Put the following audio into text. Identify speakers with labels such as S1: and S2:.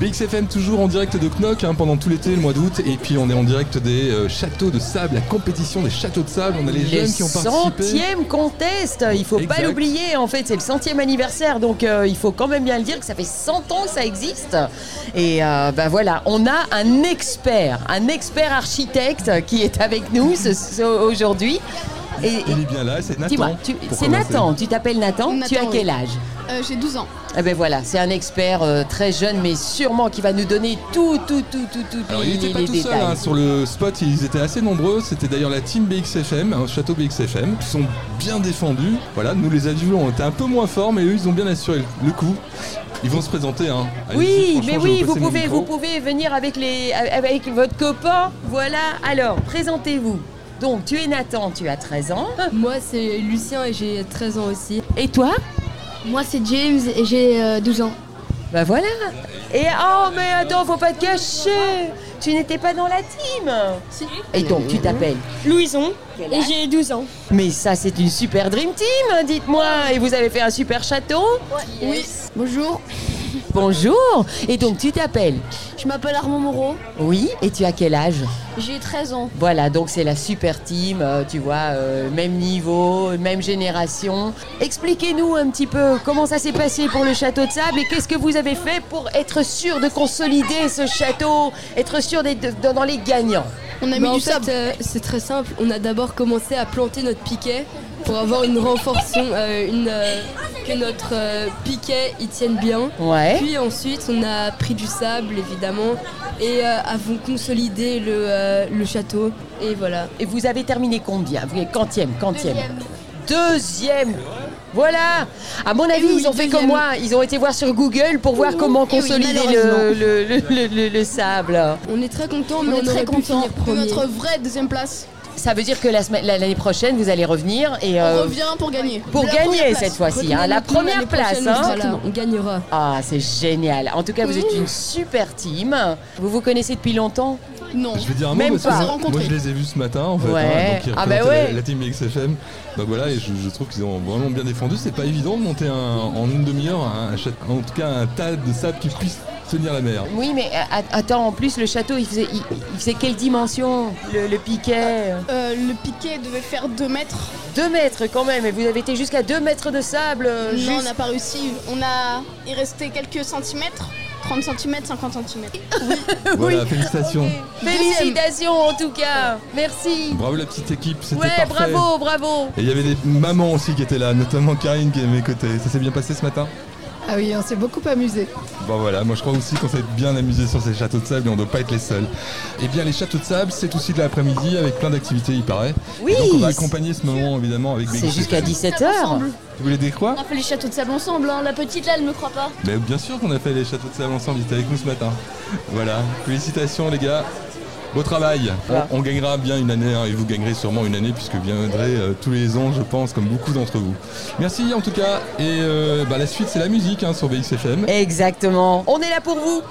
S1: BXFM toujours en direct de Knock hein, pendant tout l'été, le mois d'août, et puis on est en direct des euh, châteaux de sable, la compétition des châteaux de sable. On a les, jeunes qui ont participé.
S2: centième contest, il faut pas
S1: Exact.
S2: l'oublier. En fait, c'est le centième anniversaire, donc euh, il faut quand même bien le dire que ça fait 100 ans que ça existe. Et euh, ben voilà, on a un expert, un expert architecte qui est avec nous ce- ce- aujourd'hui. Et, et-
S1: Il est bien là, c'est
S2: dis-moi,
S1: Nathan.
S2: tu-
S1: pour
S2: c'est
S1: commencer.
S2: Nathan, tu t'appelles Nathan, tu as
S3: Nathan,
S2: quel
S3: oui.
S2: âge
S3: Euh, J'ai 12 ans.
S2: Eh ben voilà, c'est un expert euh, très jeune, mais sûrement qui va nous donner tout, tout, tout, tout, tout,
S1: Alors,
S2: les,
S1: il n'était pas
S2: les
S1: tout
S2: détails.
S1: seul hein, sur le spot, ils étaient assez nombreux. C'était d'ailleurs la team BXFM, un hein, château BXFM. Ils sont bien défendus. Voilà, nous les adjuvants on était un peu moins forts, mais eux ils ont bien assuré le coup. Ils vont se présenter. hein. Allez-y,
S2: Oui,
S1: franchement,
S2: mais
S1: je vais
S2: oui, vous
S1: passer mon
S2: pouvez,
S1: micro.
S2: vous pouvez venir avec, les, avec votre copain. Voilà, alors, présentez-vous. Donc, tu es Nathan, tu as 13 ans.
S4: Moi, c'est Lucien et j'ai 13 ans aussi.
S2: Et toi
S3: Moi, c'est James et j'ai 12 ans.
S2: Bah voilà. Et oh, mais attends, faut pas te cacher. Tu n'étais pas dans la team. Et donc, tu t'appelles
S5: Louison et j'ai 12 ans.
S2: Mais ça, c'est une super Dream Team, dites-moi. Et vous avez fait un super château
S3: Bonjour,
S2: Bonjour. Et donc, tu t'appelles
S3: je m'appelle Armand Moreau.
S2: Oui, et tu as quel âge
S3: J'ai 13 ans.
S2: Voilà, donc c'est la super team, euh, tu vois, euh, même niveau, même génération. Expliquez-nous un petit peu comment ça s'est passé pour le château de sable et qu'est-ce que vous avez fait pour être sûr de consolider ce château, être sûr d'être de- dans les gagnants.
S3: On a
S4: Bah,
S3: mis
S4: en
S3: du
S4: fait,
S3: sable.
S4: euh, c'est très simple. On a d'abord commencé à planter notre piquet pour avoir une renforçon, euh, une, euh, que notre euh, piquet il tienne bien.
S2: Ouais.
S4: Puis ensuite, on a pris du sable, évidemment, et euh, avons consolidé le, euh, le château. Et voilà.
S2: Et vous avez terminé combien Vous êtes quantième, quantième Deuxième Voilà À mon avis,
S4: oui,
S2: ils ont fait
S4: deuxième.
S2: comme moi, ils ont été voir sur Google pour voir comment
S3: Eh oui,
S2: consolider le,
S3: malheureusement.
S2: le- le- le- le sable.
S4: On est très contents, mais
S3: On
S4: on,
S3: est très
S4: aurait pu
S3: content
S4: finir
S3: de
S4: premier.
S3: notre vraie deuxième place.
S2: Ça veut dire que la semaine- l'année prochaine, vous allez revenir et... euh,
S3: On revient pour gagner.
S2: pour
S3: La
S2: gagner
S3: première place.
S2: cette fois-ci, hein,
S4: Retenez
S2: la
S4: notre nom l'année
S2: première place.
S4: prochaine,
S2: hein.
S4: voilà, on gagnera.
S2: Ah, c'est génial. En tout cas, vous êtes
S3: Mmh.
S2: une super team. Vous vous connaissez depuis longtemps
S3: Non.
S1: Je vais dire un mot
S2: Même
S1: parce
S2: pas.
S1: que
S3: On s'est
S1: moi
S3: rencontrés.
S1: je les ai vus ce matin en fait.
S2: Ouais.
S1: hein, donc ils
S2: Ah bah
S1: représentaient
S2: ouais.
S1: la, la team XFM. Donc bah voilà, et je, je trouve qu'ils ont vraiment bien défendu. C'est pas évident de monter un- en une demi-heure, un châte- en tout cas un tas de sable qui puisse tenir la mer.
S2: Oui, mais euh, a- a- attends, en plus, le château, il faisait, il, il faisait quelle dimension le, le piquet
S3: Euh, le piquet devait faire 2 mètres.
S2: Deux mètres quand même, et vous avez été jusqu'à deux mètres de sable. euh,
S3: non, on
S2: juste.
S3: n'a pas réussi. On a... Il restait quelques centimètres. 30 cm, 50 cm.
S1: Voilà, félicitations.
S2: Félicitations en tout cas. Merci.
S1: Bravo la petite équipe, c'était
S2: Ouais,
S1: parfait.
S2: bravo, bravo.
S1: Et il y avait des mamans aussi qui étaient là, notamment Karine qui est à mes côtés. Ça s'est bien passé ce matin
S6: Ah oui, on s'est beaucoup amusé.
S1: Bon voilà, moi je crois aussi qu'on s'est bien amusé sur ces châteaux de sable et on ne doit pas être les seuls. Eh bien les châteaux de sable, c'est aussi de l'après-midi avec plein d'activités il paraît.
S2: Oui.
S1: Et donc on va accompagner ce moment évidemment avec
S2: C'est
S1: BXFM.
S2: jusqu'à 17h.
S1: Vous voulez dire quoi
S5: On a fait les châteaux de sable ensemble, hein. la petite là elle me croit pas.
S1: Mais bien sûr qu'on a fait les châteaux de sable ensemble, ils étaient avec nous ce matin. Voilà, félicitations les gars. Beau travail.
S2: Voilà.
S1: On, on gagnera bien une année hein, et vous gagnerez sûrement une année puisque viendrez euh, tous les ans, je pense, comme beaucoup d'entre vous. Merci en tout cas et euh, bah, la suite c'est la musique hein, sur BXFM.
S2: Exactement. On est là pour vous.